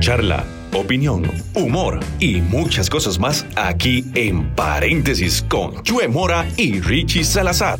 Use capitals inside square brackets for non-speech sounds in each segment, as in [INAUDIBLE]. charla, opinión, humor y muchas cosas más aquí en Paréntesis con Chue Mora y Richie Salazar.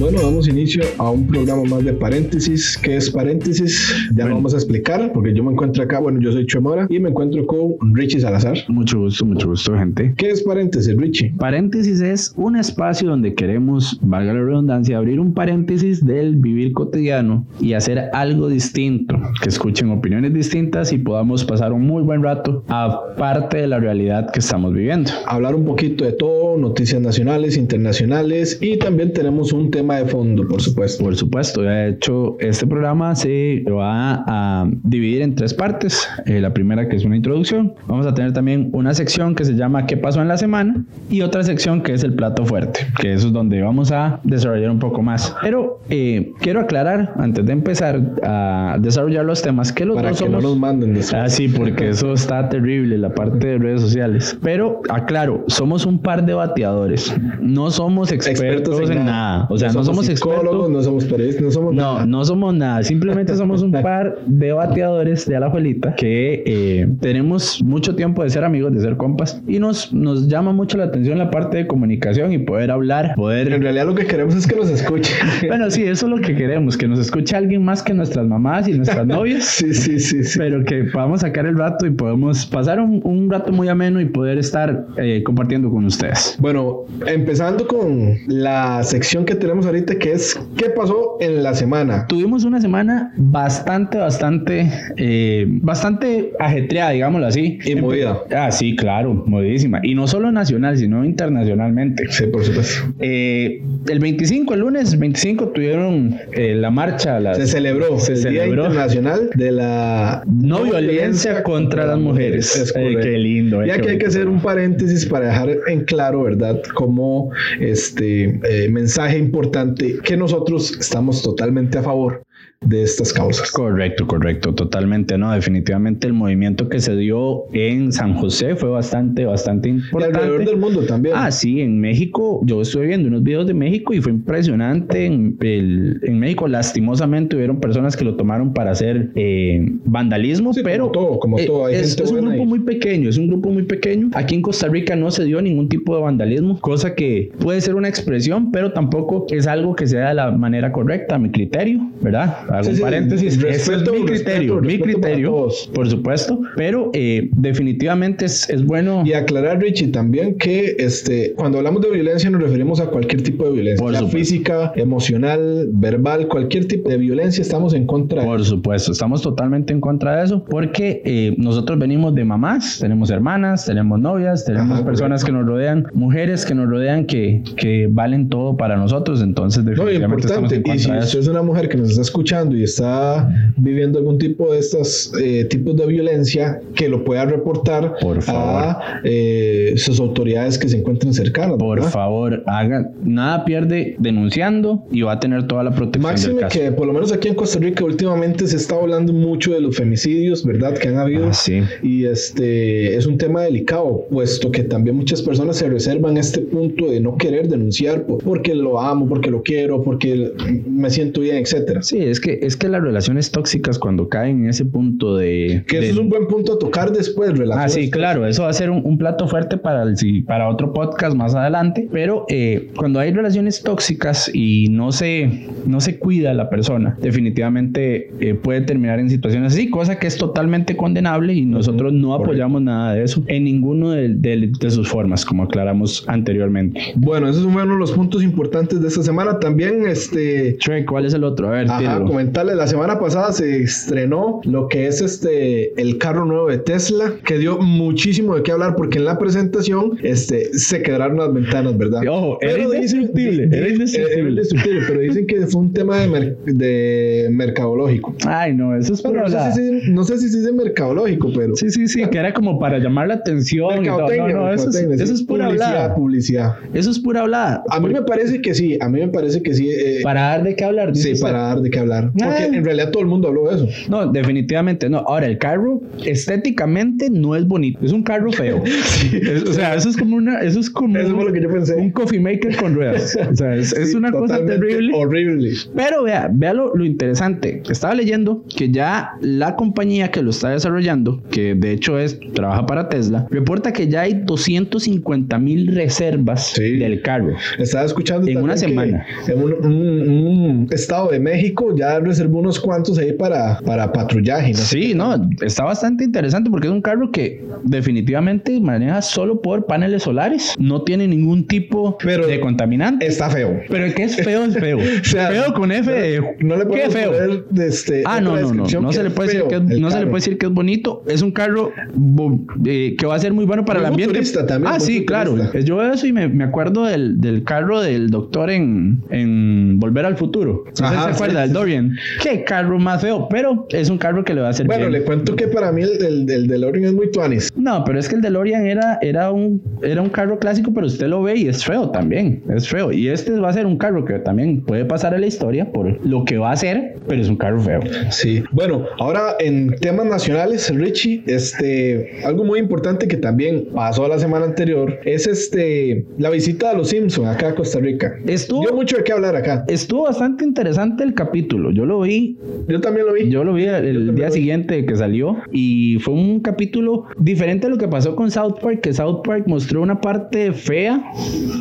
Bueno, damos inicio a un programa más de paréntesis. ¿Qué es paréntesis? Ya bueno. lo vamos a explicar porque yo me encuentro acá. Bueno, yo soy Chomora y me encuentro con Richie Salazar. Mucho gusto, mucho gusto, gente. ¿Qué es paréntesis, Richie? Paréntesis es un espacio donde queremos, valga la redundancia, abrir un paréntesis del vivir cotidiano y hacer algo distinto, que escuchen opiniones distintas y podamos pasar un muy buen rato aparte de la realidad que estamos viviendo. Hablar un poquito de todo, noticias nacionales, internacionales y también tenemos un tema de fondo, por supuesto. Por supuesto. De hecho, este programa se va a dividir en tres partes. Eh, la primera que es una introducción. Vamos a tener también una sección que se llama ¿Qué pasó en la semana? Y otra sección que es el plato fuerte, que eso es donde vamos a desarrollar un poco más. Pero eh, quiero aclarar, antes de empezar a desarrollar los temas, que los Para dos que somos... no nos manden después. Ah, [LAUGHS] sí, porque eso está terrible, la parte de redes sociales. Pero aclaro, somos un par de bateadores. No somos expertos, expertos en, en, nada. nada. O sea, no somos, psicólogos, no somos periodistas, no somos nada. No, no somos nada. Simplemente somos un par de bateadores de Alajuelita que eh, tenemos mucho tiempo de ser amigos, de ser compas y nos, nos llama mucho la atención la parte de comunicación y poder hablar, [LAUGHS] poder... En realidad lo que queremos es que nos escuchen. bueno, sí, eso es lo que queremos, que nos escuche alguien más que nuestras mamás y nuestras [LAUGHS] novias. sí, sí, sí, sí, Pero que podamos sacar el rato y podemos pasar un, un rato muy ameno y poder estar eh, compartiendo con ustedes. Bueno, empezando con la sección que tenemos ahorita que es qué pasó en la semana. Tuvimos una semana bastante, bastante, eh, bastante ajetreada, digámoslo así. Y movida. Ah, sí, claro, movidísima. Y no solo nacional, sino internacionalmente. Sí, por supuesto. Eh, el 25, el lunes 25, tuvieron eh, la marcha. Las, se celebró se el celebró. Día Internacional de la No, no violencia, violencia contra las mujeres. qué lindo. Ya qué que hay que hacer un paréntesis para dejar en claro, ¿verdad? Como este mensaje importante que nosotros estamos totalmente a favor de estas causas. Correcto, correcto, totalmente, no, definitivamente el movimiento que se dio en San José fue bastante, bastante importante. Y alrededor del mundo también. Ah, sí, en México, yo estoy viendo unos videos de México y fue impresionante, en, el, en México lastimosamente hubieron personas que lo tomaron para hacer eh, vandalismo, sí, pero... eh, Como todo, como todo. Hay es, gente es un grupo ahí. muy pequeño, es un grupo muy pequeño. Aquí en Costa Rica no se dio ningún tipo de vandalismo, cosa que puede ser una expresión, pero tampoco es algo que sea de la manera correcta, a mi criterio, ¿verdad? Hago sí, un paréntesis. Sí, respeto, es mi criterio, respeto, mi criterio, por supuesto, pero eh, definitivamente es, es, bueno. Y aclarar, Richie, también que este, cuando hablamos de violencia nos referimos a cualquier tipo de violencia, por la física, emocional, verbal, cualquier tipo de violencia estamos en contra. Por supuesto, estamos totalmente en contra de eso porque eh, nosotros venimos de mamás, tenemos hermanas, tenemos novias, tenemos Ajá, personas correcto. que nos rodean, mujeres que nos rodean que, que valen todo para nosotros, entonces definitivamente no, estamos en contra y si de eso. es una mujer que nos está escuchando, y está viviendo algún tipo de estos eh, tipos de violencia, que lo pueda reportar Por favor. a eh, sus autoridades que se encuentren cercanas. Por ¿verdad? favor, hagan, nada pierde denunciando y va a tener toda la protección. Máximo del caso. que por lo menos aquí en Costa Rica últimamente se está hablando mucho de los femicidios, ¿verdad? Que han habido. Ah, sí. Y este es un tema delicado, puesto que también muchas personas se reservan este punto de no querer denunciar porque lo amo, porque lo quiero, porque me siento bien, etcétera. Sí, es que es que las relaciones tóxicas cuando caen en ese punto de... Que de, eso es un buen punto a tocar después, relaciones. Ah, sí, claro, eso va a ser un, un plato fuerte para, el, para otro podcast más adelante, pero eh, cuando hay relaciones tóxicas y no se, no se cuida la persona, definitivamente eh, puede terminar en situaciones así, cosa que es totalmente condenable y nosotros uh -huh, no apoyamos nada de eso en ninguno de, de, de, sus formas, como aclaramos anteriormente. Bueno, esos son uno de los puntos importantes de esta semana. También, este... Che, ¿cuál es el otro? A ver, Ajá, comentarles, la semana pasada se estrenó lo que es este el carro nuevo de Tesla, que dio muchísimo de qué hablar porque en la presentación este se quebraron las ventanas, ¿verdad? Ojo, era indestructible, dicen, era indestructible. Era indestructible, pero dicen que fue un tema de, mer de mercadológico. Ay, no, eso es pero no, sé si, no sé si se dice mercadológico, pero Sí, sí, sí, que era como para llamar la atención. Y todo. No, no, eso, es, eso es pura publicidad, hablada. publicidad. Eso es pura hablada. A mí me parece que sí, a mí me parece que sí. Eh, para dar Ah. de qué hablar. Sí, para dar de qué hablar. Ajá. Porque en realidad todo el mundo habló de eso. No, definitivamente no. Ahora, el carro estéticamente no es bonito. Es un carro [LAUGHS] feo. Es- o sea, eso es como una. Eso es como. Eso fue lo que yo pensé. Mm. Un coffee maker [LAUGHS] con ruedas. [LAUGHS] O sea, es, es Sí, una cosa totalmente terrible. Horrible. Pero vea, vea lo, lo interesante. Estaba leyendo que ya la compañía que lo está desarrollando, que de hecho es trabaja para Tesla, reporta que ya hay 250 mil reservas Sí. del carro. Estaba escuchando. En también una que semana. En un, un- un estado de México ya reservó unos cuantos ahí para, para patrullaje. ¿no? Sí, no, está bastante interesante porque es un carro que definitivamente maneja solo por paneles solares. No tiene ningún tipo Pero- de contaminante. Está feo. pero el que es feo [LAUGHS] es feo. sea, feo con F. de- No le ¿Qué podemos feo? poner, este, Ah, otra no, no, no. descripción No que se, le es puede decir feo que, el no se le carro. puede decir que es bonito. Es un carro bo- eh, que va a ser muy bueno para Muy el ambiente. futurista también, ah, muy sí, futurista. claro. Es- Yo veo eso y me, me acuerdo del, del carro del doctor en, en Volver al Futuro. No sé si Ajá, se sí, acuerda, el sí, sí. Dorian. Qué carro más feo, pero es un carro que le va a hacer Bueno, bien. le cuento que para mí el, el, el DeLorean es muy tuanis. No, pero es que el DeLorean era, era, un, era un carro clásico, pero usted lo ve y es feo también. Es feo. Y este va a ser un carro que también puede pasar a la historia por lo que va a ser, pero es un carro feo. Sí. Bueno, ahora en temas nacionales, Richie, este, algo muy importante que también pasó la semana anterior es este la visita de los Simpson acá a Costa Rica. Estuvo, Dio mucho de qué hablar acá. estuvo bastante interesante el capítulo. Yo lo vi, Yo también lo vi. yo lo vi el, también día lo vi. siguiente que salió y fue un capítulo diferente a lo que pasó con South Park, que South Park mostró una parte fea,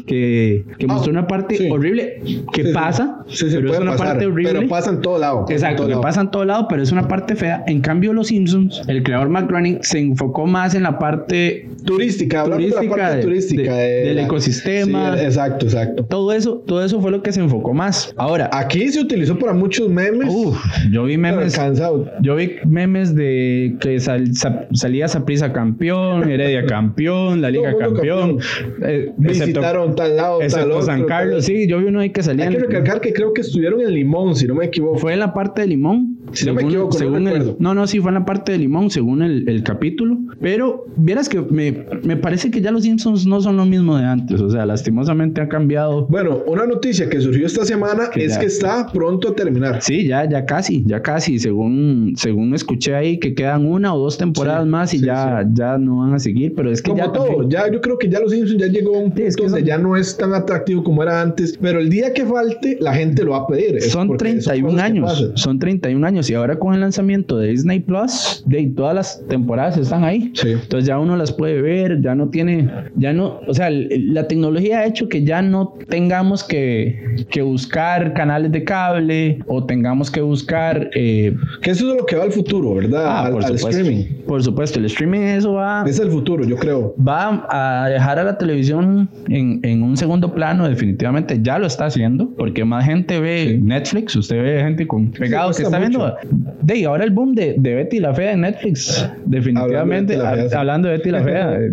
que, que Ah, mostró una parte sí. horrible que Sí, sí. pasa, Sí, sí, pero es puede una pasar, parte horrible. Pero pasa en todo lado. Exacto, en que todo lado. pasa en todo lado, pero es una parte fea. En cambio, Los Simpsons, el creador Matt Groening se enfocó más en la parte Turística, hablando de la Turística parte de- turística. de- de del la- ecosistema. Sí, exacto, exacto. todo eso, todo eso fue lo que se enfocó más. Ahora, Aquí se utilizó para muchos memes. uf, yo vi pero memes, cansado. yo vi memes de que sal- sa- salía Saprisa [LAUGHS] campeón, Heredia campeón, la Liga Todo mundo campeón, eh, excepto, Visitaron tal lado, tal excepto otro. San Carlos. Sí, yo vi uno ahí que salía. Hay que en- recalcar que creo que estuvieron en Limón, si no me equivoco. Fue en la parte de Limón. Si no me equivoco, no según el- recuerdo. no, no, sí, fue en la parte de Limón, según el, el capítulo. Pero vieras que me, me parece que ya los Simpsons no son lo mismo de antes. O sea, lastimosamente ha cambiado. Bueno, una noticia que surgió esta semana Que es ya- que está pronto a terminar. Sí, ya, ya casi, ya casi. Según, según escuché ahí que quedan una o dos temporadas Sí, más y sí, ya, ya no van a seguir. Pero es que Como ya todo, también- ya yo creo que ya los Simpsons ya llegó a un Sí, punto es que donde son- ya no es tan atractivo como era antes, pero el día que falte la gente lo va a pedir. Es Son porque son 31 cosas que años, pasan. son 31 años y ahora con el lanzamiento de Disney Plus, de ahí todas las temporadas están ahí. Sí. Entonces ya uno las puede ver, ya no tiene, ya no, o sea, el- la tecnología ha hecho que ya no tengamos que, que buscar canales de cable o tengamos que buscar... eh, Que eso es lo que va al futuro, ¿verdad? Ah, al Ah, al streaming. Por supuesto, el streaming eso va, Es el futuro, yo creo. va a dejar a la televisión en, en un segundo plano, definitivamente ya lo está haciendo, porque más gente ve Netflix, usted ve gente con pegados que cuesta está mucho. viendo. De ahí, ahora el boom de, de Betty la Fea en Netflix, definitivamente, Hablando de Betty la Fea, hab- sí. hablando de Betty [LAUGHS] la Fea, eh,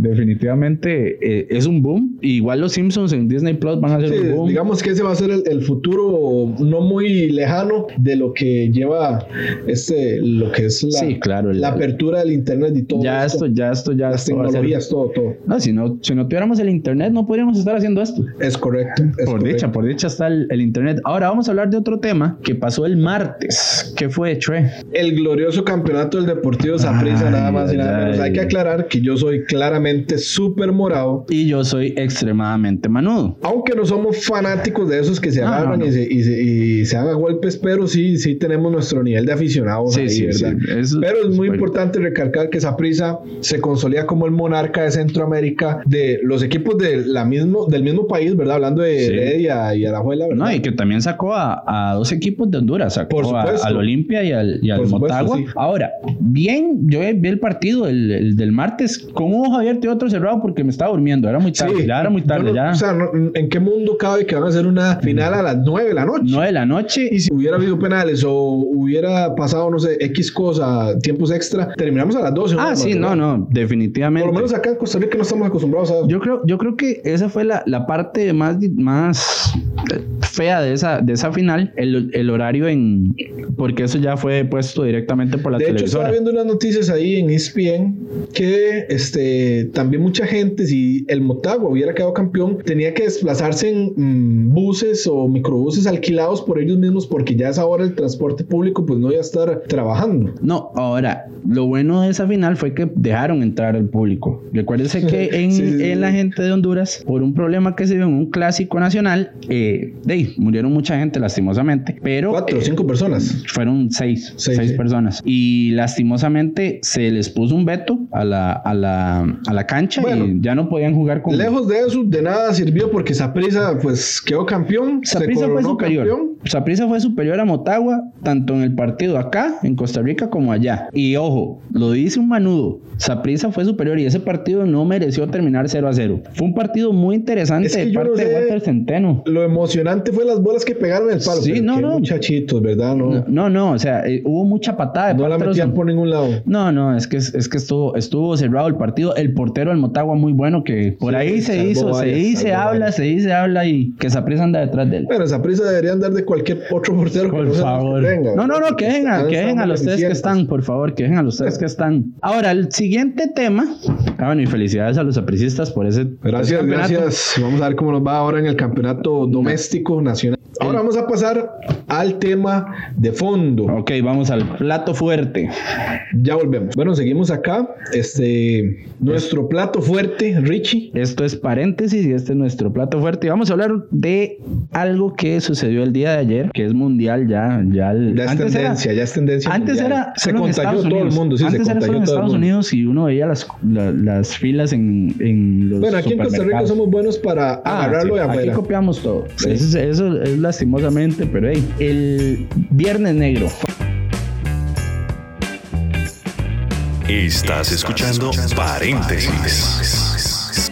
definitivamente eh, es un boom. Igual los Simpsons en Disney Plus van a hacer Sí, un boom. digamos que ese va a ser el, el futuro no muy lejano de lo que lleva este, lo que es la, Sí, claro, el- la apertura del internet y todo ya esto, ya esto, ya las esto va a ser- tecnologías, todo, todo. No, si no, si no tuviéramos el internet no podríamos estar haciendo esto. Es correcto. es Por dicha, correcto. por dicha está el, el internet. Ahora vamos a hablar de otro tema que pasó el martes. ¿Qué fue, Tre? El glorioso campeonato del Deportivo Saprissa, Ay, nada más y nada ay, menos. Hay ay. que aclarar que yo soy claramente súper morado. Y yo soy extremadamente manudo. Aunque no somos fanáticos de esos que se No, no, agarran no. Y, se, y, se, y se dan a golpes, pero sí, sí tenemos nuestro nivel de aficionados. Sí, ahí, sí, ¿verdad? sí, eso- pero es muy bueno. importante recalcar que Saprissa se consolida como el monarca de Centroamérica de los equipos de la mismo, del mismo país, ¿verdad? Hablando de Sí. Heredia y Alajuela, ¿verdad? No, y que también sacó a, a dos equipos de Honduras, sacó Por a- supuesto. al Olimpia y al, y al Por supuesto, Motagua. sí. Ahora, bien, yo vi el partido el, el del martes con un ojo abierto y otro cerrado porque me estaba durmiendo. Era muy tarde, ya era muy tarde, Yo no- ya O sea, no- ¿en qué mundo cabe que van a hacer una final a las 9 de la noche? nueve de la noche. Y si hubiera habido penales o hubiera pasado, no sé, X cosa, tiempos extra, terminamos a las 12. ah, ¿no? sí, no, no, definitivamente. Por lo menos acá en Costa Rica no estamos acostumbrados a eso. Yo creo, yo creo que esa fue la, la parte más, di- más eh, fea de esa, de esa final, el, el horario en. Porque eso ya fue puesto directamente por la de hecho, televisora. estaba viendo unas noticias ahí en E ESPN que este, también mucha gente, si el Motagua hubiera quedado campeón, tenía que desplazarse en mm, buses o microbuses alquilados por ellos mismos porque ya a esa hora el transporte público pues no iba a estar trabajando. No, ahora, lo bueno de esa final fue que dejaron entrar al público. Recuérdense que [LAUGHS] en, Sí, sí, sí. en la gente de Honduras, por un problema que se dio en un clásico nacional, eh, de ahí, murieron mucha gente, lastimosamente, pero Cuatro o eh, cinco personas. fueron seis, Seis, seis sí. personas. Y lastimosamente se les puso un veto a la, a la, a la cancha Bueno, y ya no podían jugar con. Lejos de eso, de nada sirvió porque Saprisa pues quedó campeón. se Saprissa fue coronó superior. campeón. Saprissa fue superior a Motagua, tanto en el partido acá, en Costa Rica, como allá. Y ojo, lo dice un manudo. Saprissa fue superior y ese partido no mereció terminar 0 a 0. Fue un partido muy interesante Es que de yo no parte sé- de Walter Centeno. Lo emocionante fue las bolas que pegaron en el palo. Sí, pero no, qué no. Muchachitos, ¿verdad? No, No, no, no, no, o sea, eh, hubo mucha patada de la parte de los- metían por ningún lado. No, no, es que, es que estuvo, estuvo cerrado el partido. El portero del Motagua muy bueno que por Sí, ahí se salvó hizo, se varias, dice, salvó habla, varias. se dice, habla y que Saprissa anda detrás de él. Bueno, esa prisa debería andar de cualquier otro portero. que Por no sea los que favor. tenga, no, no, no, que vengan, Están- que están vengan los tres que deficientes. están, por favor, que vengan los tres que están. Ahora, el siguiente tema. Ah, bueno, y felicidades a los apricistas por ese. por ese Gracias, Este campeonato. gracias. Vamos a ver cómo nos va ahora en el campeonato doméstico nacional. Ahora vamos a pasar al tema de fondo. Ok, vamos al plato fuerte. Ya volvemos. Bueno, seguimos acá. Este, nuestro plato fuerte, Richie. Esto es paréntesis y este es nuestro plato fuerte. Y vamos a hablar de algo que sucedió el día de ayer, que es mundial ya. Ya, el- Ya es antes era- tendencia, ya es tendencia. Antes mundial. era Se solo en contagió Estados todo el Unidos. mundo. Sí, Antes se era contagió solo en todo el Estados mundo. Unidos y uno veía las, la- las filas en, en los Bueno, aquí en Costa Rica supermercados. somos buenos para Ah, agarrarlo sí, de aquí afuera. copiamos todo. Sí. Eso, es- eso es lastimosamente, pero hey, el Viernes Negro. Estás escuchando Paréntesis.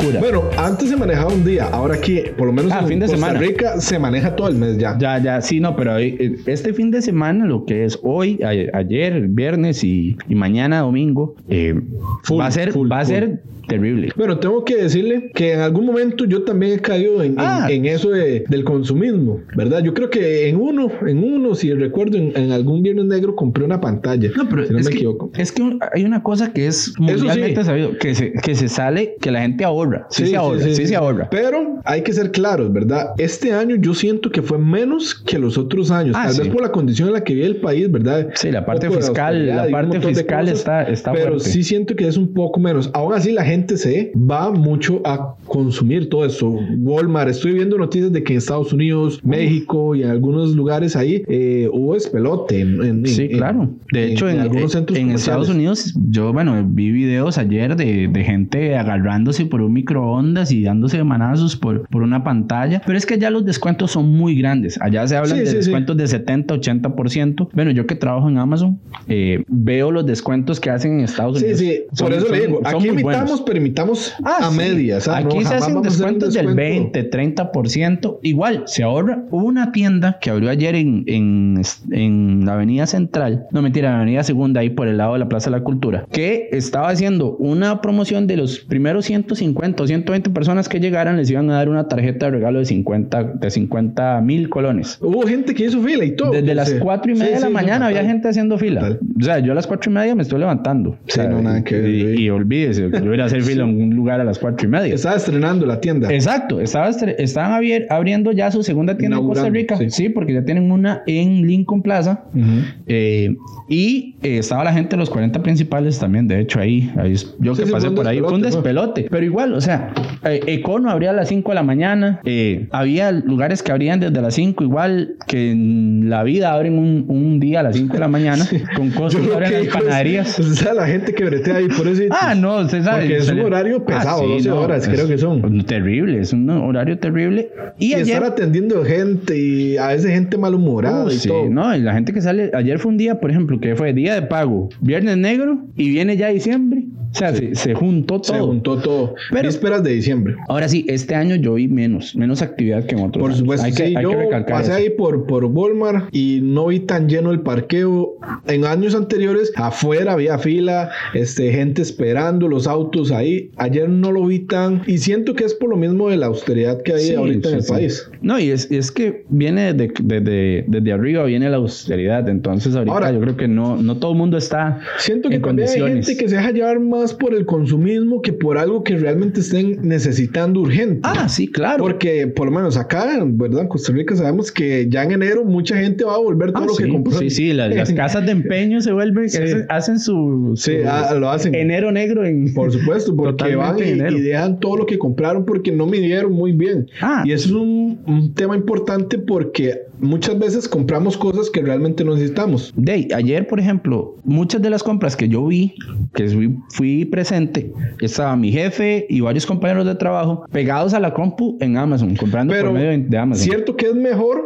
Cura. Bueno, antes se manejaba un día, ahora aquí, por lo menos Ah, en fin de Costa semana. Rica, se maneja todo el mes ya. Ya, ya, sí, no, pero hoy, eh, este fin de semana, lo que es hoy, a- ayer, viernes y, y mañana, domingo, eh, Full, va a ser, full, va a full. ser terrible. Bueno, tengo que decirle que en algún momento yo también he caído en, en- Ah. en eso de- del consumismo, ¿verdad? Yo creo que en uno, en uno, si recuerdo, en, en algún viernes negro compré una pantalla. No, pero si no es, me que, equivoco. es que un- hay una cosa que es mundialmente sí. sabido, que se, que se sale, que la gente ahorra. Sí, se ahorra, sí, se ahorra. Pero hay que ser claros, ¿verdad? Este año yo siento que fue menos que los otros años. Ah, Tal sí. vez por la condición en la que vive el país, ¿verdad? Sí, la Un parte poco de fiscal, austeridad la y un parte montón de fiscal cosas, está, está Pero fuerte. sí siento que es un poco menos. Aún así, la gente se va mucho a consumir todo eso. Walmart, estoy viendo noticias de que en Estados Unidos, Oh. México y en algunos lugares ahí eh, hubo espelote. En, en- Sí, en- claro. De hecho, en, algunos en- centros en Estados comerciales. Unidos, yo, bueno, vi videos ayer de, de gente agarrándose por un microondas y dándose de manazos por, por una pantalla. Pero es que allá los descuentos son muy grandes. Allá se hablan Sí, de sí, sí. descuentos de 70, 80%. Bueno, yo que trabajo en Amazon, eh, veo los descuentos que hacen en Estados Sí, Unidos. sí, Son- por eso le son- digo, son aquí muy buenos. imitamos, pero imitamos Ah, a sí. medias. ah, no, Aquí se jamás vamos a hacen hacer un descuentos del descuento. 20, 30%. Igual, se ahorra. Hubo una tienda que abrió ayer en, en, en la Avenida Central, no mentira, en la Avenida Segunda, ahí por el lado de la Plaza de la Cultura, que estaba haciendo una promoción de los primeros 150 o 120 personas que llegaran, les iban a dar una tarjeta de regalo de 50 de 50 mil colones. Hubo gente que hizo fila y todo. Desde Sí. las 4 y media Sí, de la sí, mañana había fatal. gente haciendo fila. Fatal. O sea, yo a las 4 y media me estoy levantando. O Sí, sea, no, nada que ver, y, sí. y olvídese, yo voy a ir a hacer [LAUGHS] fila en un lugar a las 4 y media. Estaba estrenando la tienda. Exacto, estaba estre- estaban abier- abriendo ya su segunda tienda en Costa Inaugurando, Rica, sí. sí. porque ya tienen una en Lincoln Plaza. Ujú. eh, y eh, estaba la gente de los 40 principales también, de hecho, ahí. ahí es- yo Sí, que sí, pasé fue un por ahí, fue un despelote, despelote. Pero igual, o sea, eh, Econo abría a las 5 de la mañana. eh, había lugares que abrían desde las 5, igual que en la vida abren un, un día a las 5 de [LAUGHS] la mañana con cosas que creo abren que las dijo [LAUGHS] es- panaderías. O sea, la gente que bretea ahí por eso. Ah, no, usted sabe. Ah, Porque es se un le- horario pesado, 12 horas, creo que son. Terrible, es un horario terrible. Y, Y, ayer, estar atendiendo gente y a veces gente malhumorada Uh, y sí, todo. no, y la gente que sale, ayer fue un día, por ejemplo, que fue día de pago, viernes negro y viene ya diciembre. O sea, se, se juntó todo. Se juntó todo. Pero- Vísperas de diciembre. Ahora sí, este año yo vi menos, menos actividad que en otros. Por años. supuesto, hay que, sí, hay yo que recalcar. pasé eso. ahí por, por Walmart y no vi tan lleno el parqueo. En años anteriores, afuera había fila, este, gente esperando, los autos usa ahí. Ayer no lo vi tan. Y siento que es por lo mismo de la austeridad que hay Sí, ahorita sí, en el sí. país. No, y es, y es que viene de- de- de- desde arriba, viene la austeridad. Entonces, ahorita Ahora- yo creo que no, no todo el mundo está. Siento que En también hay condiciones. gente que se deja llevar más por el consumismo que por algo que realmente estén necesitando urgente. Ah, sí, claro. Porque por lo menos acá, ¿verdad? En Costa Rica sabemos que ya en enero mucha gente va a volver todo Ah, lo sí, que compró. sí, [LAUGHS] sí, las, las casas de empeño se vuelven, Sí. hacen, hacen su, Sí, su ah, lo hacen. enero negro en... Por supuesto, porque van Totalmente y, enero. y dejan todo lo que compraron porque no midieron muy bien. Ah, Y eso es un, un tema importante porque muchas veces compramos cosas que realmente no necesitamos. Dey, ayer, por ejemplo, muchas de las compras que yo vi, que fui, fui presente, estaba mi jefe y varios compañeros de trabajo pegados a la compu en Amazon, comprando Pero por medio de- de Amazon. Cierto que es mejor,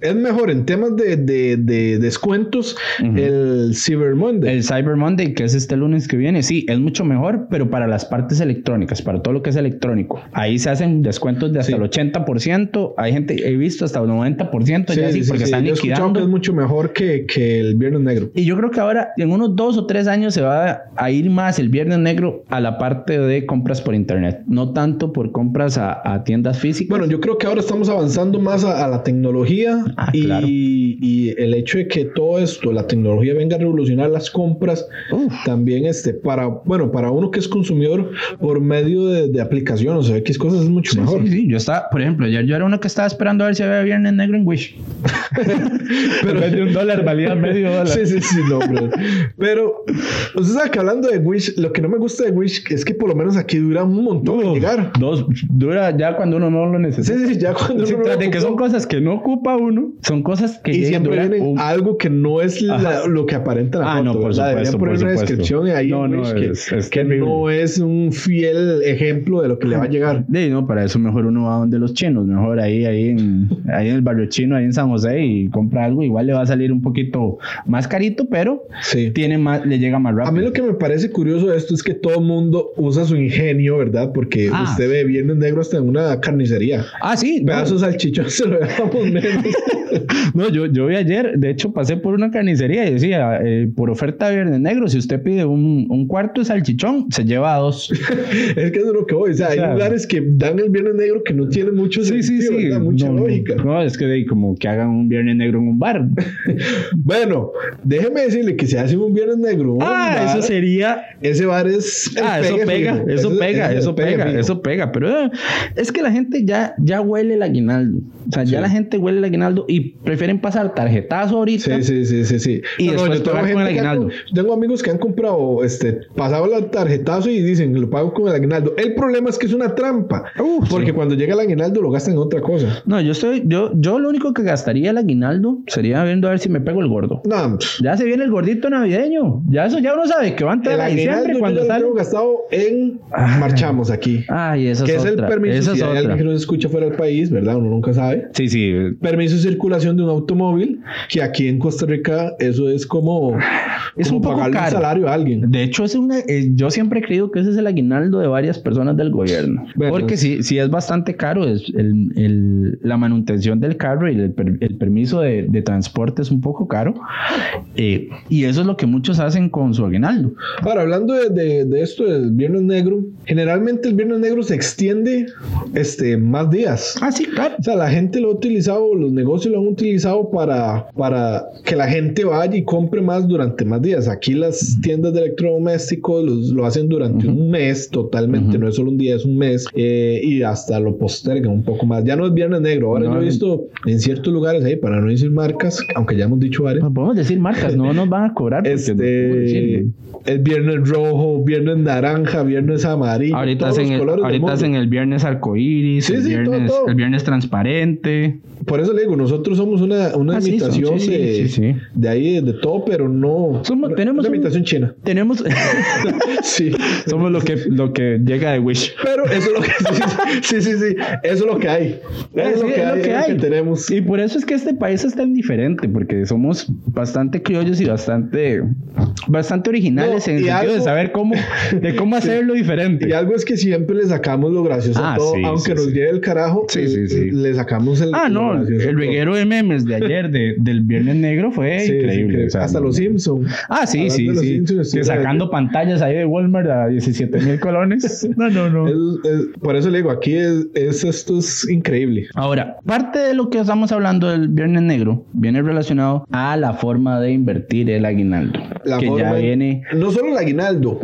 es mejor en temas de, de- de descuentos Ujú. el Cyber Monday. El Cyber Monday, que es este lunes que viene, sí, es mucho mejor, pero para las partes electrónicas, para todo lo que es electrónico. Ahí se hacen descuentos de hasta Sí. el 80%, hay gente, he visto hasta el 90%, ya sí, porque están yo he escuchado liquidando. que es mucho mejor que, que el Viernes Negro. Y yo creo que ahora, en unos dos o tres años, se va a ir más el Viernes Negro a la parte de compras por Internet, no tanto por compras a, a tiendas físicas. Bueno, yo creo que ahora estamos avanzando más a, a la tecnología Ah, y, claro. y el hecho de que todo esto, la tecnología venga a revolucionar las compras, Uf. también este, para, bueno, para uno que es consumidor por medio de, de aplicaciones o X cosas es mucho Sí, mejor. sí, sí, yo estaba, por ejemplo, ayer yo era uno que estaba esperando a ver si había Viernes Negro en Wish. [LAUGHS] Pero- En vez de un [LAUGHS] dólar, valía medio dólar. Sí, sí, sí, no, hombre. Pero, usted sabe que hablando de Wish, lo que no me gusta de Wish es que por lo menos aquí dura un montón en Uf, llegar. Dos, dura ya cuando uno no lo necesita. Sí, sí, ya cuando Sí, uno lo tras de que son compró. cosas que no ocupa uno, son cosas que y llegan, siempre duran vienen un- algo que no es la- Ajá. lo que aparenta la Ah, foto, no, por ¿verdad? Deberían supuesto, poner por una supuesto. descripción ahí No, en no, Wish es- que, es que terrible. no es un fiel ejemplo de lo que le va a llegar. De, no, para eso mejor uno va donde los chinos, mejor ahí, ahí en, ahí en el barrio chino, ahí en San José y compra algo, igual le va a salir un poquito más carito, pero Sí. tiene más, le llega A más mí rápido. lo que me parece curioso de esto es que todo el mundo usa su ingenio, ¿verdad? Porque Ah. usted ve Viernes Negro hasta en una carnicería. Ah, sí, no, Pedazos de salchichón [LAUGHS] se lo dejamos [LAUGHS] menos. no, yo, yo vi ayer, de hecho pasé por una carnicería y decía, eh, por oferta de Viernes Negro, si usted pide un, un cuarto de salchichón, se lleva a [LAUGHS] dos. es que eso es lo que voy. O sea, hay Claro. lugares que dan el Viernes Negro que no tiene mucho sentido, ¿verdad? mucha no, no, lógica. No, es que de, ahí como que hagan un Viernes Negro en un bar. Bueno, déjeme decirle que si hacen un Viernes Negro, un ah, bar, eso sería ese bar es... [LAUGHS] Ah, el eso pega, fijo. eso Ese- pega, ese eso pega, fijo. eso pega. Pero eh, es que la gente ya, ya huele el aguinaldo. O sea, ya Sí. la gente huele el aguinaldo y prefieren pasar tarjetazo ahorita. Sí, sí, sí, sí, sí. Y después pagar con el gente que ha- aguinaldo. tengo amigos que han comprado, este, pasado el tarjetazo y dicen, lo pago con el aguinaldo. El problema es que es una trampa. Uh, porque sí. cuando llega el aguinaldo lo gastan en otra cosa. No, yo estoy, yo, yo lo único que gastaría el aguinaldo sería viendo a ver si me pego el gordo. No, pues, Ya se viene el gordito navideño. Ya eso ya uno sabe que va a entrar el a aguinaldo diciembre yo cuando ya lo sale. tengo gastado en Ah. marchamos aquí. Ay, esa que es, es el otra, permiso, esa es si hay alguien otra. que nos escucha fuera del país, ¿verdad? Uno nunca sabe. Sí, sí. eh, Permiso de circulación de un automóvil, que aquí en Costa Rica eso es como, Es como un poco pagarle un caro. salario a alguien. De hecho, es una, eh, yo siempre he creído que ese es el aguinaldo de varias personas del gobierno. Bueno. Porque si, si es bastante caro, es el- el- la manutención del carro y el, per- el permiso de, de transporte es un poco caro. Eh, y eso es lo que muchos hacen con su aguinaldo. Ahora, hablando de, de- de esto del Viernes Negro, generalmente el Viernes Negro se extiende este, más días. Ah, sí, claro. O sea, la gente lo ha utilizado, los negocios lo han utilizado para, para que la gente vaya y compre más durante más días. Aquí las tiendas de electrodomésticos los- lo hacen durante un mes totalmente, no es solo un día, es un mes eh, y hasta lo postergan un poco más. Ya no es Viernes Negro, ahora No, yo he no. visto en ciertos lugares ahí, para no decir marcas, aunque ya hemos dicho varias, No podemos decir marcas, no nos van a cobrar. Ah, porque no podemos este decirlo. el viernes rojo, viernes naranja, viernes amarillo, Ahorita todos hacen, los el, colores del ahorita mundo. hacen el viernes arcoíris, Sí, el, sí, todo, viernes, todo. el viernes transparente. Por eso le digo, nosotros somos una, una Ah, sí, son- sí, imitación sí, de, sí, sí. de ahí de todo, pero no Somos- una- tenemos una un- imitación [LAUGHS] china. Tenemos. Sí. Somos lo que, lo que llega de Wish. Pero eso es lo que sí, sí, sí, sí, eso es lo que hay. Eso es Ah, Sí, lo que hay, es lo que tenemos. Y por eso es que este país es tan diferente, porque somos bastante criollos y bastante, bastante originales No, en el y sentido de algo- saber cómo, [LAUGHS] de cómo hacerlo diferente. Y algo es que siempre le sacamos lo gracioso a Ah, todo, sí, aunque sí, nos sí. lleve el carajo, eh, Sí, sí, sí. le sacamos el Ah, lo no, no, el, el reguero de memes de ayer, de, del Viernes Negro, fue Sí, sí, increíble. que- o sea, hasta no- los Simpsons. Ah, sí, Hablando sí, de los sí. Simpsons, sí, Que sacando pantallas ahí de Walmart a 17 [LAUGHS] mil colones. No, no, no. Es- es- por eso le digo, aquí es, es- esto es increíble. Ahora, parte de lo que estamos hablando del Viernes Negro viene relacionado a la forma de invertir el aguinaldo. La que ya forma- viene. No solo el aguinaldo,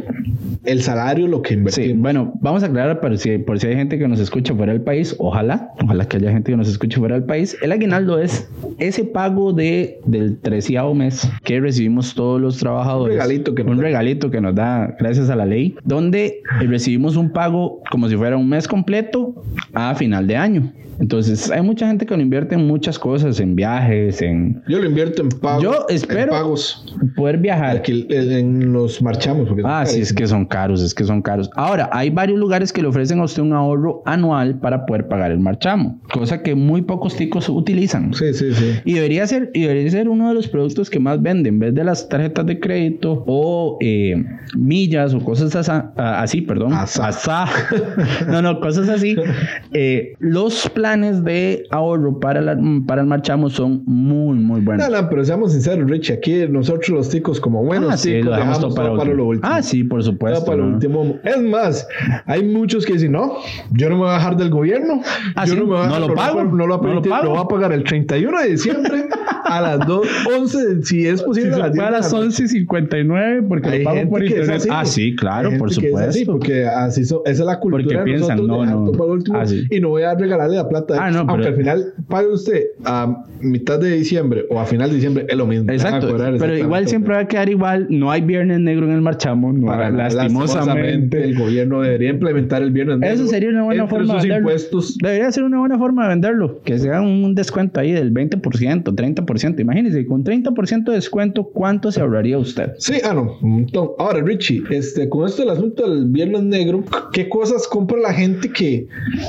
el salario, lo que Sí, invertimos. bueno, vamos a aclarar por si, por si hay gente que nos escucha fuera del país, ojalá, ojalá que haya gente que nos escuche fuera del país. El aguinaldo es ese pago de, del treceavo mes que recibimos todos los trabajadores. Un regalito que nos Un da. regalito que nos da gracias a la ley, donde eh, recibimos un pago como si fuera un mes completo a final de año. Entonces, hay mucha gente que lo invierte en muchas cosas, en viajes, en Yo lo invierto en pagos. Yo espero- En pagos. poder viajar. Aquí en los marchamos. Porque son Ah, sí, es carísimos. que son caros, es que son caros. Ahora, hay varios lugares que le ofrecen a usted un ahorro anual para poder pagar el marchamo, cosa que muy pocos ticos utilizan. Sí, sí, sí. Y debería ser, y debería ser uno de los productos que más venden, en vez de las tarjetas de crédito o eh, millas o cosas asa- a- así, perdón. Asa. [LAUGHS] Asa. No, no, cosas así. Eh, los planes de ahorro para, la- para el marchamo son muy, muy buenos. No, no, pero seamos sinceros, Richie. Aquí nosotros los ticos, como buenos Ah, sí, ticos, lo dejamos todo para para último. lo último. Ah, sí, por Todo supuesto. para lo ¿no? último. Es más, hay muchos que dicen, no, yo no me voy a bajar del gobierno. Ah, yo sí, me voy a no lo bajar, pago, No lo, no lo pago. pago. Lo voy a pagar el 31 de diciembre a las 2, 11, si es Si posible. se a las fue 10 a de la las noche. 11.59 porque Hay lo pago gente por que es internet. así. pues. Ah, sí, claro, Hay por gente que es supuesto. así, porque así so- esa es la cultura Porque de piensan, nosotros, no, dejar no. todo para lo último, Ah, sí. y no voy a regalarle la plata. Ah, no, Aunque pero- al final pague usted a mitad de diciembre o a final pues. de diciembre, es lo mismo. Van Exacto, a cobrar pero igual exactamente siempre va a quedar igual. No hay viernes negro en el marchamo, no, Para nada. lastimosamente. el gobierno debería implementar el viernes negro Eso sería una buena entre forma de sus venderlo. impuestos. Debería ser una buena forma de venderlo, que sea un descuento ahí del 20%, 30%. Imagínense, con 30% de descuento, ¿cuánto se ahorraría usted? Sí, ah, no. un montón. Ahora, Richie, este, con esto del asunto del viernes negro, ¿qué cosas compra la gente que,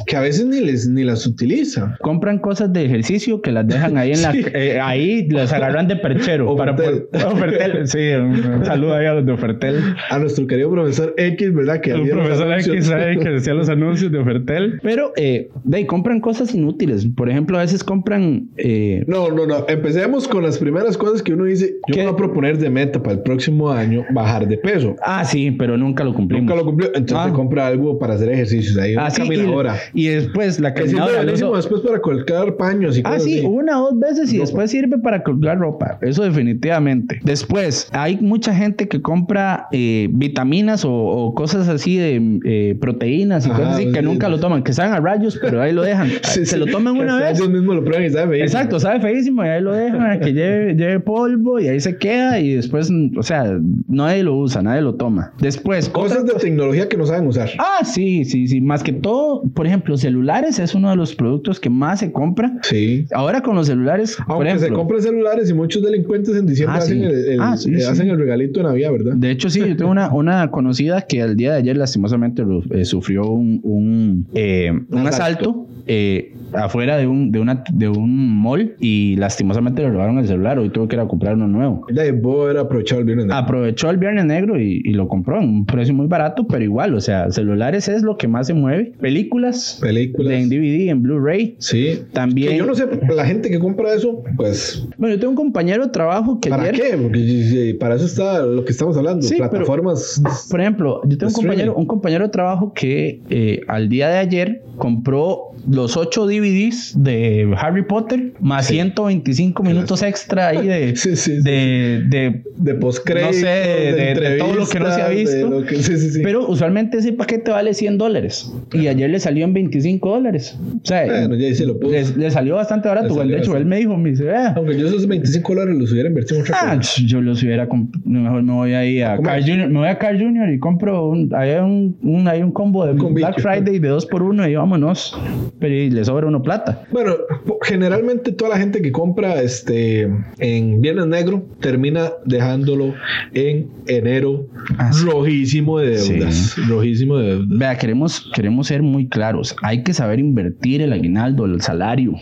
que a veces ni, les, ni las utiliza? Compran cosas de ejercicio que las dejan ahí en [LAUGHS] la. Sí. eh, ahí las agarran de [LAUGHS] perchero. Ofertel. poder- [LAUGHS] Ofertel, Sí, un un saludo ahí a los de Ofertel. A nuestro querido profesor X, ¿verdad? Que El había los profesor anuncios. X ¿eh? sabe que decía los anuncios de Ofertel. Pero, eh, de ahí compran cosas inútiles. Por ejemplo, a veces compran. eh, [LAUGHS] No, no, no. Empecemos con las primeras cosas que uno dice. Yo ¿Qué? me voy a proponer de meta para el próximo año bajar de peso. ah, sí, pero nunca lo cumplimos. Nunca lo cumplió. Entonces Ah. se compra algo para hacer ejercicios. Ahí una Ah, sí, y- caminadora. Y, después la Que siempre caminadora. la buenísimo uso- después para colgar paños y Ah, cosas sí, así. una o dos veces y Ropa. después sirve para colgar ropa. Eso definitivamente. Después, hay mucha gente que compra eh, vitaminas o, o cosas así de eh, proteínas y Ajá, cosas así que sí. nunca lo toman, que están a rayos, pero ahí lo dejan. [LAUGHS] [LAUGHS] Sí, Se sí. lo toman Que una hasta vez Ellos mismos lo prueban y saben. bien. Exacto, sabe feísimo y ahí lo dejan, a que lleve, lleve polvo y ahí se queda y después, mm, o sea, nadie lo usa, nadie lo toma. Después, Cosas otra- de tecnología que no saben usar. Ah, sí, sí, sí. Más que todo, por ejemplo, celulares es uno de los productos que más se compra. Sí. Ahora con los celulares, por Aunque ejemplo. se compren celulares y muchos delincuentes en diciembre Ah, hacen, sí. el, el- Ah, sí, eh, sí. hacen el regalito de Navidad, ¿verdad? De hecho, sí, yo tengo una, una conocida que el día de ayer lastimosamente lo- eh, sufrió un, un, eh, un asalto eh, afuera de un, de, una, de un mall y lastimosamente le robaron el celular. Hoy tuvo que ir a comprar uno nuevo. Ya vos era aprovechado el Ah, viernes. aprovechó el Viernes Negro y, y lo compró en un precio muy barato, pero igual, o sea, celulares es lo que más se mueve. Películas, Películas. en DVD, en Blu-ray. sí. También. Que yo no sé, la gente que compra eso, pues, Bueno, yo tengo un compañero de trabajo que ¿para ayer. qué? Porque eh, para eso está lo que estamos hablando, Sí, pero- plataformas. Por ejemplo, yo tengo un Streaming. compañero, un compañero de trabajo que eh, al día de ayer compró los 8 DVDs de Harry Potter más 125 minutos extra ahí [LAUGHS] [LAUGHS] de, Sí, sí, sí. de, de de postcréditos, No sé, de- de- de todo lo que no se ha entrevistas, de visto. lo que- sí, sí, sí. Pero usualmente ese paquete vale 100 dólares y ayer le salió en 25 dólares. O sea, Bueno, ya ahí se lo puso. le, le salió bastante barato. Le salió de hecho, él me dijo, me dice, "Ah, Aunque yo esos 25 dólares los hubiera invertido en otra ah, cosa. yo los hubiera comp- mejor me voy ahí a ¿Cómo? Carl Jr. me voy a Carl Jr. y compro un, ahí hay un, un- ahí hay un combo de Un Black bicho. Friday de 2 por 1 y vámonos. Pero y le sobra uno plata. Bueno, po- generalmente toda la gente que compra este, en Viernes Negro, termina dejándolo en enero Ah, sí. rojísimo de deudas. Rojísimo de deudas. Vea, queremos, queremos ser muy claros. Hay que saber invertir el aguinaldo, el salario.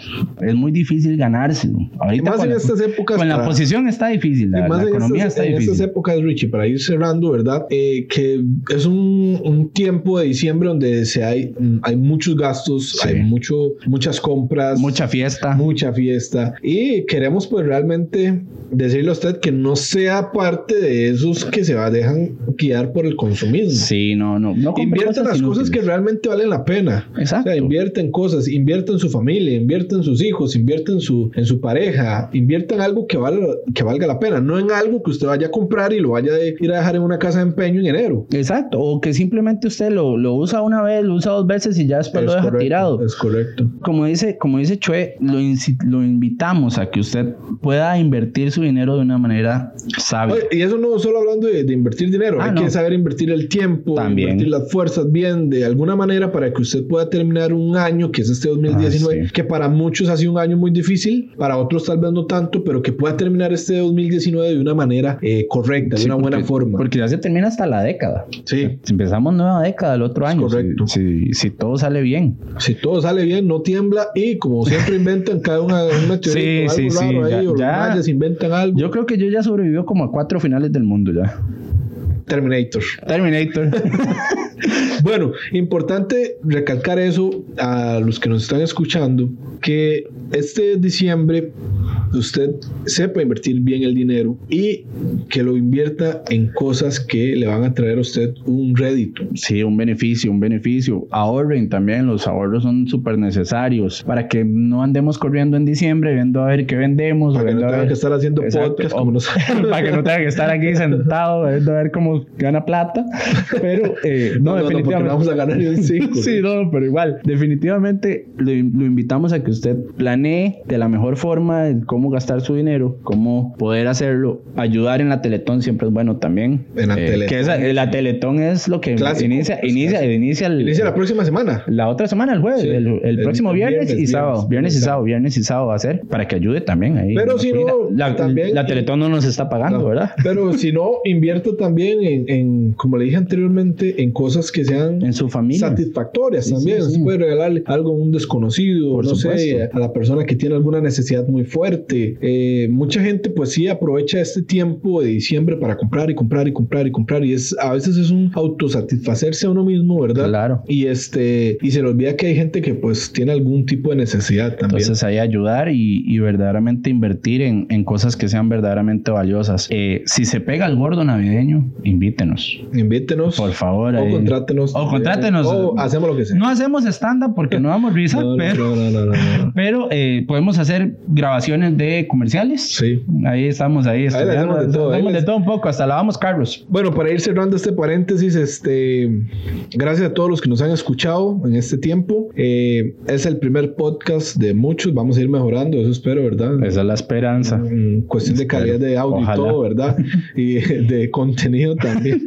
Es muy difícil ganárselo. Y Ahorita más con, en la, estas épocas. con la para- posición está difícil. La, y más en la economía estas, está en estas difícil. épocas, Richie, para ir cerrando, ¿verdad? Eh, que es un, un tiempo de diciembre donde se hay, mm, hay muchos gastos, Sí. hay mucho, muchas compras. Mucha fiesta. mucha fiesta y queremos pues realmente decirle a usted que no sea parte de esos que se va, dejan guiar por el consumismo. Sí, no, no. no compre Invierta en las cosas inútiles. que realmente valen la pena. O Exacto. sea, invierte en cosas, invierte en su familia, invierte en sus hijos, invierte en su, en su pareja, invierte en algo que, valga, que valga la pena, no en algo que usted vaya a comprar y lo vaya a ir a dejar en una casa de empeño en enero. Exacto, o que simplemente usted lo, lo usa una vez, lo usa dos veces y ya después lo es, deja correcto, tirado. es correcto. Como dice, como dice Chue, lo, inci- lo invitamos a que usted pueda invertir su dinero de una manera sabia. Oye, y eso no solo hablando de, de invertir dinero, Ah, hay no. que saber invertir el tiempo, También. invertir las fuerzas bien, de alguna manera para que usted pueda terminar un año que es este 2019, Ah, sí. que para muchos ha sido un año muy difícil, para otros tal vez no tanto, pero que pueda terminar este 2019 de una manera eh, correcta, de Sí, una buena porque- forma. Porque ya se termina hasta la década. sí, Si empezamos nueva década el otro año, si- correcto. Si, si todo sale bien. si todo sale bien, no tiembla y como siempre inventan cada una, una teoría, [LAUGHS] Sí, algo sí, raro sí, ahí, ya- o los ya. mayas inventan algo. Yo creo que yo ya sobrevivió como a cuatro finales del mundo ya. Terminator. Terminator. [LAUGHS] Bueno, importante recalcar eso a los que nos están escuchando, que este diciembre usted sepa invertir bien el dinero y que lo invierta en cosas que le van a traer a usted un rédito. Sí, un beneficio, un beneficio. Ahorren también, los ahorros son súper necesarios para que no andemos corriendo en diciembre viendo a ver qué vendemos. Para que viendo no a tengan ver- que estar haciendo Exacto. podcast como [LAUGHS] O- nosotros. para que [LAUGHS] no tenga que estar aquí sentado viendo a ver cómo gana plata. Pero eh, [LAUGHS] no, No, no, no, porque definitivamente. no vamos a ganar ni [LAUGHS] un cinco. sí, no, no, pero igual. Definitivamente lo, lo invitamos a que usted planee de la mejor forma el cómo gastar su dinero, cómo poder hacerlo, ayudar en la Teletón siempre es bueno también. Eh, En la Teletón. Que esa- la Teletón es lo que Clásico. inicia, inicia, inicia el- Inicia la próxima [LAUGHS] semana. la otra semana, el jueves, Sí, el, el el- próximo el viernes, viernes, y sábado. viernes, Viernes y exacto. sábado, viernes y sábado va a ser para que ayude también ahí. Pero si Mira, no, la, también- la Teletón no nos está pagando, No, ¿verdad? Pero si no, invierta también en, en, como le dije anteriormente, en cosas que sean En su familia. satisfactorias Sí, también. sí, Se sí. puede regalarle algo a un desconocido, Por no sé, supuesto. a la persona que tiene alguna necesidad muy fuerte. Eh, mucha gente, pues sí, aprovecha este tiempo de diciembre para comprar y comprar y comprar y comprar. Y es a veces es un autosatisfacerse a uno mismo, ¿verdad? Claro. Y este, y se le olvida que hay gente que pues tiene algún tipo de necesidad también. Entonces ahí ayudar y, y verdaderamente invertir en, en cosas que sean verdaderamente valiosas. Eh, si se pega el gordo navideño, invítenos, Invítenos. por favor. o ahí. contrátenos. O contrátenos. O hacemos lo que sea. No hacemos stand-up porque no damos [LAUGHS] risa, No, no, no, pero, no, no, no, no. pero eh, podemos hacer grabaciones de comerciales. Sí. Ahí estamos, ahí le hacemos estudiando, de todo, ahí hacemos les- de todo un poco, hasta lavamos carros. Bueno, para ir cerrando este paréntesis, este, gracias a todos los que nos han escuchado en este tiempo. Eh, es el primer podcast de muchos. Vamos a ir mejorando, eso espero, ¿verdad? Esa es la esperanza. Mm, cuestión de Espero. calidad de audio Ojalá. y todo, [LAUGHS] ¿verdad? Y de contenido también.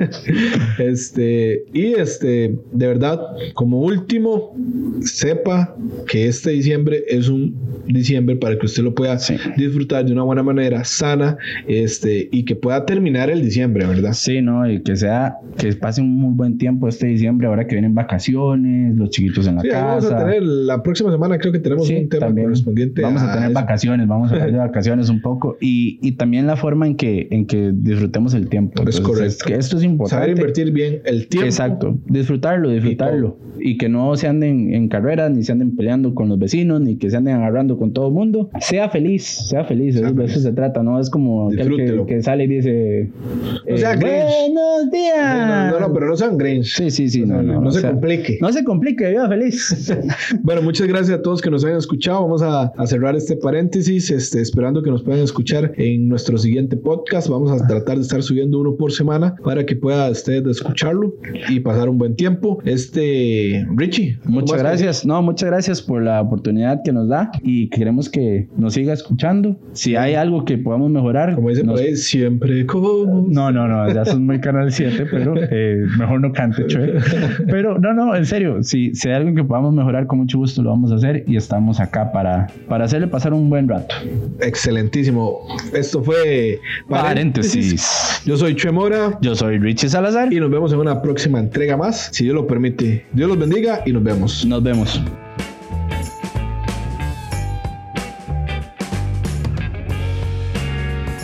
este, y este, de verdad, como último, sepa que este diciembre es un diciembre para que usted lo pueda Sí. disfrutar de una buena manera, sana, este, y que pueda terminar el diciembre, ¿verdad? Sí, no, y que sea, que pase un muy buen tiempo este diciembre, ahora que vienen vacaciones, los chiquitos en la Sí, ahí casa. vamos a tener la próxima semana, creo que tenemos Sí, un tema también. correspondiente. Vamos a tener eso. vacaciones, vamos a [LAUGHS] tener vacaciones un poco y, y también la forma en que, en que disfrutemos el tiempo. Es correcto. que esto es Saber importante. invertir bien el tiempo. Exacto, disfrutarlo, disfrutarlo. Y, que no se anden en carreras, ni se anden peleando con los vecinos, ni que se anden agarrando con todo el mundo. Sea feliz, sea feliz, Sea de feliz. eso se trata, ¿no? Es como aquel que, Disfrútelo. que sale y dice... eh, sea Grinch. buenos días. No, no, pero no sean grinch. Sí, sí, sí, No, no, no, no, no o se sea, complique. No se complique, [LAUGHS] viva feliz. [LAUGHS] Bueno, muchas gracias a todos que nos hayan escuchado. Vamos a, a cerrar este paréntesis, este, esperando que nos puedan escuchar en nuestro siguiente podcast. Vamos a tratar de estar subiendo uno por semana para que pueda usted escucharlo y pasar un buen tiempo. Este, Richie. ¿algo más Muchas que gracias, no, muchas gracias por la oportunidad que nos da y queremos que nos siga escuchando. escuchando. Si hay algo que podamos mejorar, Como dice nos- por ahí, siempre como. no, no, no, ya son muy Canal 7, [LAUGHS] pero eh, mejor no cante, Chue. Pero no, no, en serio, si, si hay algo que podamos mejorar, con mucho gusto lo vamos a hacer y estamos acá para, para hacerle pasar un buen rato. Excelentísimo. Esto fue Paréntesis. Yo soy Chemora Yo soy Richie Salazar y y nos vemos en una próxima entrega más, si Dios lo permite. Dios los bendiga y nos vemos. nos vemos.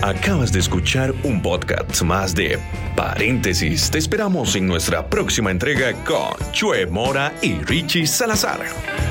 Acabas de escuchar un podcast más de Paréntesis. Te esperamos en nuestra próxima entrega con Chue Mora y Richie Salazar.